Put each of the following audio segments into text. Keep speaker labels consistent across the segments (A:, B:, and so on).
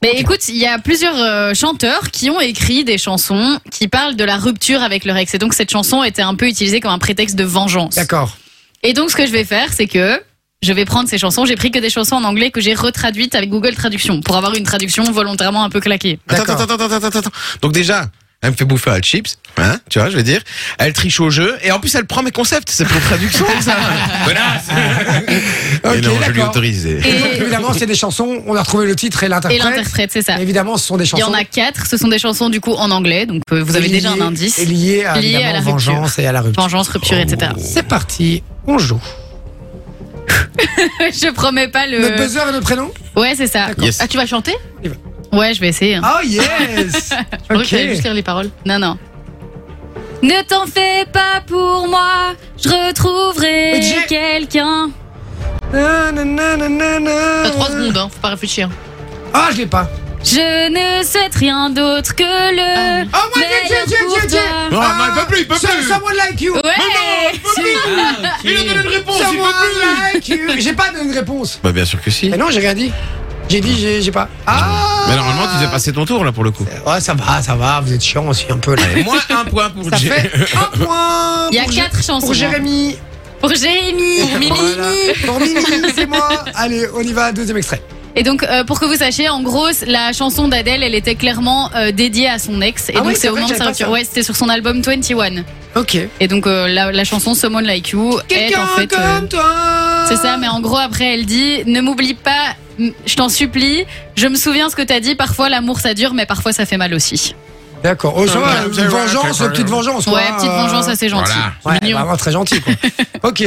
A: Mais écoute, il y a plusieurs euh, chanteurs qui ont écrit des chansons qui parlent de la rupture avec leur ex. Et donc cette chanson était un peu utilisée comme un prétexte de vengeance.
B: D'accord.
A: Et donc ce que je vais faire, c'est que je vais prendre ces chansons. J'ai pris que des chansons en anglais que j'ai retraduites avec Google Traduction pour avoir une traduction volontairement un peu claquée.
B: D'accord.
C: Attends, attends, attends, attends, attends, attends. Donc déjà, elle me fait bouffer à la chips, hein, tu vois, je veux dire. Elle triche au jeu et en plus elle prend mes concepts. C'est pour traduction, ça. Connasse.
B: Ok,
C: Et non, je lui ai
B: d'accord.
C: autorisé.
B: Donc,
A: Et,
B: évidemment, c'est des chansons. On a retrouvé le titre et
A: et
B: l'interprète.
A: l'interprète, c'est ça.
B: Et Évidemment, ce sont des
A: Il y
B: chansons.
A: en a quatre. Ce sont des chansons du coup en anglais. Donc euh, vous avez
B: liées-
A: déjà un indice.
B: Et liées à,
A: Liées
B: évidemment,
A: à la
B: vengeance et à la rupture.
A: Vengeance, rupture, etc.
B: C'est parti. On joue.
A: je promets pas
B: Notre
A: le.
B: buzzer et notre prénom
A: Ouais, c'est ça.
C: Yes.
D: Ah, tu vas chanter
A: Ouais, je vais essayer. hein.
B: Oh yes
D: Je croyais que
B: Ok.
D: t'allais Ah juste lire les paroles.
A: Non, non. Ne t'en fais pas pour moi, je retrouverai
B: Mais j'ai-
A: quelqu'un.
D: T'as
B: T'as
D: 3 secondes, hein, faut pas réfléchir.
B: Ah, je l'ai pas.
A: Je ne souhaite rien d'autre que le.
D: Ah
B: Oh, moi, j'ai, j'ai, j'ai, j'ai, j'ai.
A: meilleur
C: Non,
B: Ah,
C: non, il peut plus, il peut
B: Some-
C: plus.
B: Someone like you.
A: pour toi. Ouais! Ah,
B: oh
C: Il a donné une réponse, il
B: Someone
C: peut plus.
B: like you. J'ai pas donné de réponse.
C: Bah bien sûr que si.
B: Mais non, j'ai rien dit. J'ai dit, j'ai, j'ai pas. Ah
C: Mais normalement, tu faisais passer ton tour là pour le coup.
B: Ouais, ça va, ça va. Vous êtes chiant aussi un peu là.
C: Moins un point pour
B: Ça
C: Jay.
B: fait un point.
A: Il y a
B: pour Jé-
A: quatre chansons.
B: Pour Jérémy.
A: Pour Jérémy, pour Mimi.
B: Voilà. Pour Mimi, c'est moi. Allez, on y va. Deuxième extrait.
A: Et donc, euh, pour que vous sachiez, en gros, la chanson d'Adèle, elle était clairement euh, dédiée à son ex. Et
B: Ah
A: donc,
B: ouais, c'est
A: c'est au
B: vrai,
A: moment de sa
B: j'avais pas
A: rupture.
B: ça.
A: Ouais, c'était sur son album 21.
B: Ok.
A: Et donc, euh, la, la chanson Someone Like You est en fait. euh,
B: toi.
A: C'est ça, mais en gros, après, elle dit Ne m'oublie pas, m- je t'en supplie, je me souviens ce que t'as dit, parfois l'amour ça dure, mais parfois ça fait mal aussi.
B: D'accord. Oh, ça
C: Ouais,
B: va,
C: ouais,
B: une
C: ouais,
B: vengeance,
C: ouais,
B: une petite vengeance.
A: Ouais,
B: quoi.
A: petite vengeance, ça c'est gentil.
C: voilà.
B: Ouais, bah
A: Mignon.
B: vraiment très gentil quoi. ok.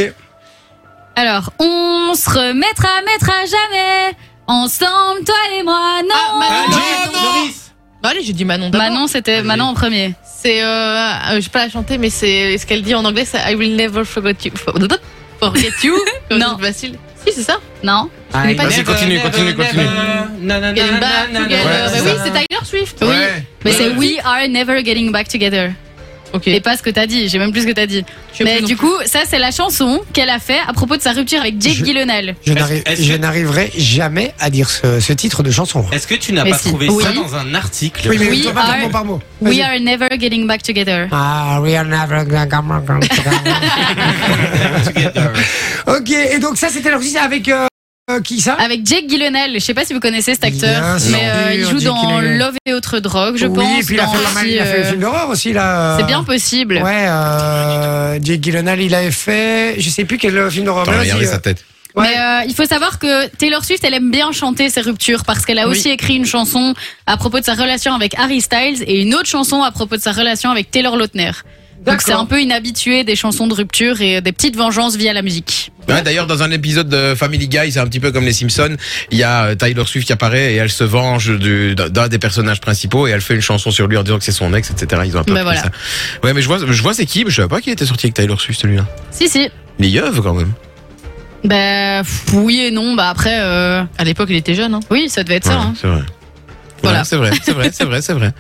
A: Alors, on se remettra, mettra jamais, ensemble, toi et moi, non
D: Ah, Manon,
A: non.
D: Manon, Bah allez, j'ai dit Manon d'abord.
A: Manon, c'était Manon en premier.
D: C'est. Euh, euh, je sais pas la chanter, mais c'est ce qu'elle dit en anglais, c'est I will never forget you. for- Forget you Comme
A: Non.
D: c'est facile. Si, c'est ça.
A: Non
D: Je n'ai pas
C: Vas-y,
D: dit.
C: continue, continue, continue.
D: Getting back together.
C: Ouais,
D: Bah
C: c'est
D: oui,
C: ça.
D: c'est Tyler Swift.
A: Oui.
C: Ouais.
A: Mais
C: Ouais.
A: c'est We are never getting back together.
D: Ok.
A: Et pas ce que t'as dit, j'ai même plus ce que t'as dit.
D: Je sais
A: Mais
D: plus non
A: du coup, ça c'est la chanson qu'elle a fait à propos de sa rupture avec Jake
B: Je-
A: Gyllenhaal.
B: Je
E: Est-ce-
B: n'arrive-
E: est-ce
B: je
E: que-
B: n'arriverai jamais à dire ce, ce titre de chanson.
E: Est-ce que tu n'as
A: Mais
E: pas
A: si.
E: trouvé
A: Oui.
E: ça dans un article
B: Oui, mais
A: We
B: toi, pas par
A: are-
B: mot par mot.
A: We
B: Vas-y.
A: are never getting back together.
B: Ah, we are never gonna come back.
E: Together.
B: ok, et donc ça c'était l'origine avec euh, euh, qui ça
A: Avec Jake Gyllenhaal, je sais pas si vous connaissez cet acteur,
B: Bien sûr.
A: mais euh, il
B: Jake
A: joue dans
B: Gyllenhaal.
A: Love et autres drogues, je
B: Oui,
A: pense.
B: et puis il a
A: dans
B: fait, pas mal-
A: aussi,
B: il a fait le
A: euh,
B: film d'horreur aussi là. euh,
A: C'est bien possible.
B: Ouais, euh, Jake Gyllenhaal il avait fait, je sais plus quel euh, film d'horreur.
C: Attends,
B: mais
C: regardez
B: aussi,
C: sa
B: euh,
C: tête.
B: ouais.
A: Mais euh, il faut savoir que Taylor Swift, elle aime bien chanter ses ruptures parce qu'elle a aussi écrit une chanson à propos de sa relation avec Harry Styles et une autre chanson à propos de sa relation avec Taylor Lautner. Donc
B: D'accord.
A: c'est un peu une habituée des chansons de rupture et des petites vengeances via la musique.
C: Ouais, D'ailleurs, dans un épisode de Family Guy, c'est un petit peu comme les Simpsons. Il y a euh, Tyler Swift qui apparaît et elle se venge du- d'un des personnages principaux et elle fait une chanson sur lui en disant que c'est son ex, etc. Ils ont un peu
A: Ben
C: appris
A: voilà.
C: ça. Ouais, mais je vois, je vois c'est qui, mais je savais pas qu'il était sorti avec Tyler Swift celui-là.
A: Si si.
C: Les yeux quand même.
A: Bah pff, oui et non. Bah après, euh,
D: À l'époque, il était jeune. Hein.
A: oui, ça devait être ça.
C: Ouais,
A: hein.
C: C'est vrai.
A: Voilà.
C: Ouais, c'est vrai, c'est vrai, c'est vrai, c'est vrai.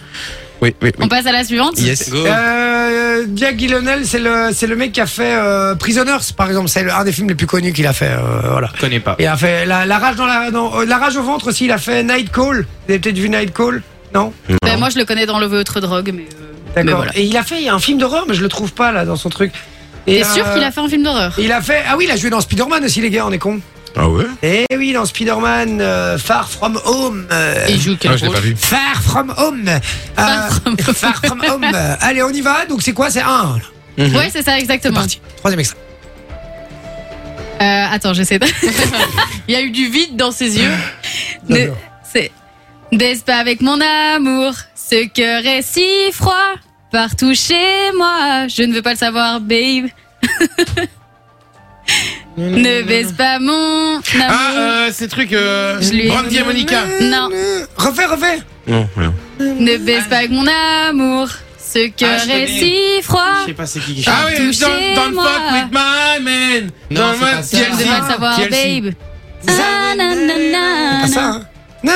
C: Oui, oui, oui.
A: On passe à la suivante.
C: Yes.
E: Go.
B: Euh, Jake Gyllenhaal, c'est le, c'est le mec qui a fait euh, Prisoners, par exemple. C'est le- un des films les plus connus qu'il a fait. euh, voilà.
E: Je connais pas.
B: Il a fait la, la rage dans la, dans- euh, la rage au ventre aussi. Il a fait Night Call. Vous avez peut-être vu Night Call, non
A: Bah, moi, je le connais dans Love et autres drogues, mais. euh, mais
B: D'accord.
A: voilà.
B: Et il a fait un film d'horreur, mais je le trouve pas là dans son truc. Et,
A: T'es sûr
B: euh,
A: qu'il a fait un film d'horreur
B: Il a fait. Ah oui, il a joué dans Spider-Man aussi, les gars, on est cons.
C: Ah ouais
B: Eh oui, dans Spider-Man euh, Far From Home. euh,
D: Il joue quel
C: Ah, je l'ai
D: rôle
C: pas vu.
B: Far From Home. euh,
A: Far From Home.
B: Far From Home. Allez, on y va. Donc, c'est quoi C'est un. là.
C: Mhm.
A: Ouais, c'est ça,
B: C'est
A: exactement.
B: parti. Troisième extrait.
A: Euh, attends, j'essaie de.
D: Il y a eu du vide dans ses yeux.
A: Ne-
B: J'adore.
A: C'est. N'est-ce pas avec mon amour Ce cœur est si froid. Partout chez moi. Je ne veux pas le savoir, babe. ne baisse pas mon
C: Ah,
A: amour.
C: euh, ces trucs. Euh,
A: Je lui ai-
C: Brandy et Monica.
A: Non,
B: Euh, Refais, refais.
C: Non, rien.
A: ne baisse pas avec mon amour. Ce cœur
E: je
A: est
E: connais.
A: si froid.
E: Je sais pas c'est qui qui
C: Ah
E: chante.
C: oui,
A: Touchez-moi.
C: don't, don't fuck with my man.
E: Non,
C: Don't
E: c'est
C: fuck-
E: pas ça.
A: Je
C: Chelsea.
A: ne veux pas le savoir,
C: Chelsea.
A: babe.
B: C'est ça.
A: Ah, na, na, na,
B: Pas ça,
A: na.
B: hein. Non,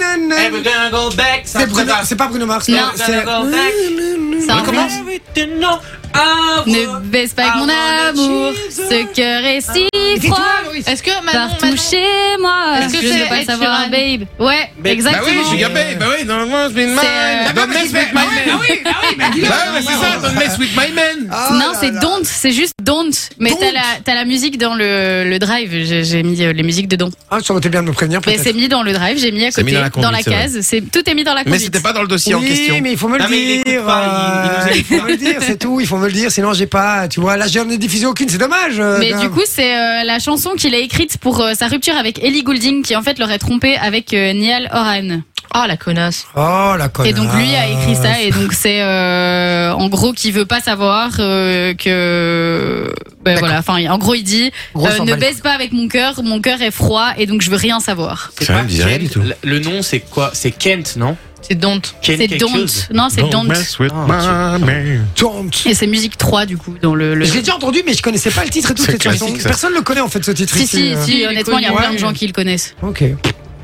B: non, non.
E: Hey, we're gonna go back. Ça
B: C'est Bruno-
E: prépare.
B: c'est pas Bruno Mars.
A: Non.
B: c'est-
E: We're gonna go back.
A: Ça
C: recommence
A: recommence
E: Everything, no. Ah
A: Ne baisse pas avec mon amour, ce cœur est si
B: Dis-toi,
A: froid.
B: Loris.
D: Est-ce que Manon,
A: Partout chez moi.
D: Est-ce que
A: je
D: c'est
A: veux pas le
D: Ed
A: savoir,
D: Sheeran
A: babe. Ouais,
C: Bah oui, je
A: exactement.
C: suis gabé. Bah oui, normalement, je mets une main.
A: euh,
C: Don't
B: bah,
C: mess
B: bah,
C: with my
B: bah,
E: ah
C: man.
B: oui, bah oui, bah dis-le.
C: Bah ouais, c'est ça, don't mess with my man.
D: Oh
B: Ah
A: non,
B: là
A: c'est
B: là.
A: don't, c'est juste don't. Mais
B: Don't.
A: t'as la, t'as la musique dans le, le drive. J'ai j'ai mis euh, les musiques dedans.
B: Ah, ça aurait été bien de me prévenir
A: Mais
B: peut-être.
A: c'est mis dans le drive, j'ai mis à
C: C'est
A: côté,
C: mis dans la conduite, c'est
A: case. C'est Tout est mis dans la
C: Mais
A: conduite.
C: c'était pas dans le dossier en
B: oui,
C: question.
B: mais il faut me le
E: Non, mais il
B: dire.
E: écoute pas, il- il nous
B: il faut me le dire, c'est tout. Il faut me le dire, sinon j'ai pas. Tu vois, là j'en ai diffusé aucune, c'est dommage. euh,
A: Mais
B: ben,
A: du coup, c'est euh, la chanson qu'il a écrite pour euh, sa rupture avec Ellie Goulding, qui en fait l'aurait trompé avec euh, Niall Horan.
D: Oh la connasse.
B: Oh la
A: Et
B: connasse.
A: donc lui a écrit ça, et donc c'est euh, en gros qu'il veut pas savoir euh, que ben voilà. Enfin, en gros, il dit
B: Gros,
A: euh,
B: s'en
A: ne
B: bat les
A: baisse pas avec mon cœur, mon cœur est froid, et donc je veux rien savoir.
E: C'est
C: Ça,
E: pas
C: elle me disait rien du
E: Kent.
C: tout.
E: Le- Le nom, c'est quoi C'est Kent, non
D: C'est don't.
E: Kent
A: C'est
E: quelque
A: don't,
E: chose.
A: non, c'est don't.
C: with
B: Oh.
E: Ah,
C: man.
B: Don't.
A: Et c'est musique 3 du coup dans le. le...
B: Je l'ai déjà entendu, mais je connaissais pas le titre et tout.
C: C'est
B: cette chanson.
C: classique, ça.
B: Personne le connaît en fait ce titre.
A: Si
B: ici,
A: si
B: euh.
A: si,
D: il est
A: honnêtement, il y a
B: connu.
A: plein de
B: Ouais.
A: gens qui le connaissent.
B: Ok. Ah,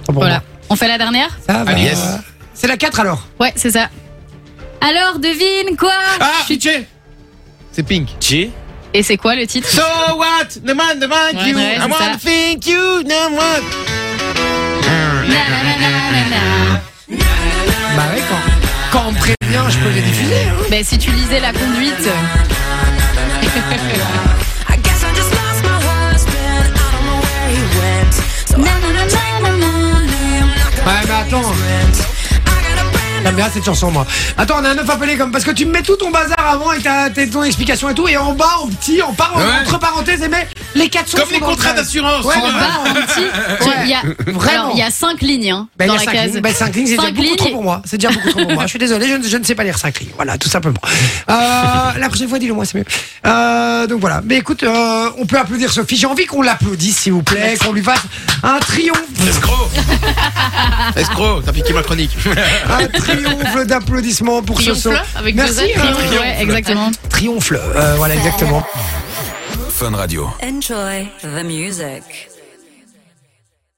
B: bon,
A: Voilà. On fait la dernière.
B: Ça va.
C: Allez, yes.
B: C'est la 4 alors.
A: Ouais, c'est ça. Alors devine quoi
C: Ah,
A: Je suis-
C: C'est Pink.
E: J.
A: Et c'est quoi le titre
C: So what? The man, the man,
A: Ouais,
C: you.
A: ouais,
C: I
A: c'est
C: wanna
A: ça.
C: thank you. No what?
B: Bah ouais, quand, quand on me prévient, je peux les diffuser. hein.
A: Ben si tu lisais la conduite.
F: I guess I just lost my husband. I don't know where he went. So I'm gonna take my money. I'm not gonna
B: Ouais, mais attends.
F: rent. I got a brand
B: J'aime bien cette chanson, moi. Attends, on a un œuf appelé comme. Parce que tu me mets tout ton bazar avant et ta, tes- ton explication et tout. Et en bas, en petit, en par-
C: Ouais.
B: entre parenthèses, et mais les 400
C: Comme les contrats d'assurance.
B: Ouais,
C: tu
B: mais
C: vois.
B: vraiment.
A: Bah, en petit, tu-
B: Ouais.
A: il y a,
B: Vraiment.
A: alors, il y a cinq lignes hein,
B: Ben, il y
A: dans
B: a
A: la
B: cinq
A: case.
B: lignes. Ben, cinq lignes, c'est déjà
A: Cinq
B: beaucoup
A: lignes.
B: trop pour moi. C'est déjà beaucoup trop pour moi. Je suis désolé, je, ne- je ne sais pas lire cinq lignes. Voilà, tout simplement. Euh, la prochaine fois, dis-le moi, c'est mieux. Euh, donc voilà. Mais écoute, euh, on peut applaudir Sophie. J'ai envie qu'on l'applaudisse, s'il vous plaît, qu'on lui fasse un triomphe.
C: Escroc. Escroc, t'as piqué ma chronique.
B: Un triomphe d'applaudissements pour ce son.
D: Triomphe avec deux
B: Merci.
D: ailes.
B: hein.
A: Triomphe, ouais, exactement.
B: Triomphe. euh, voilà, exactement.
G: Fun Radio.
F: Enjoy the music.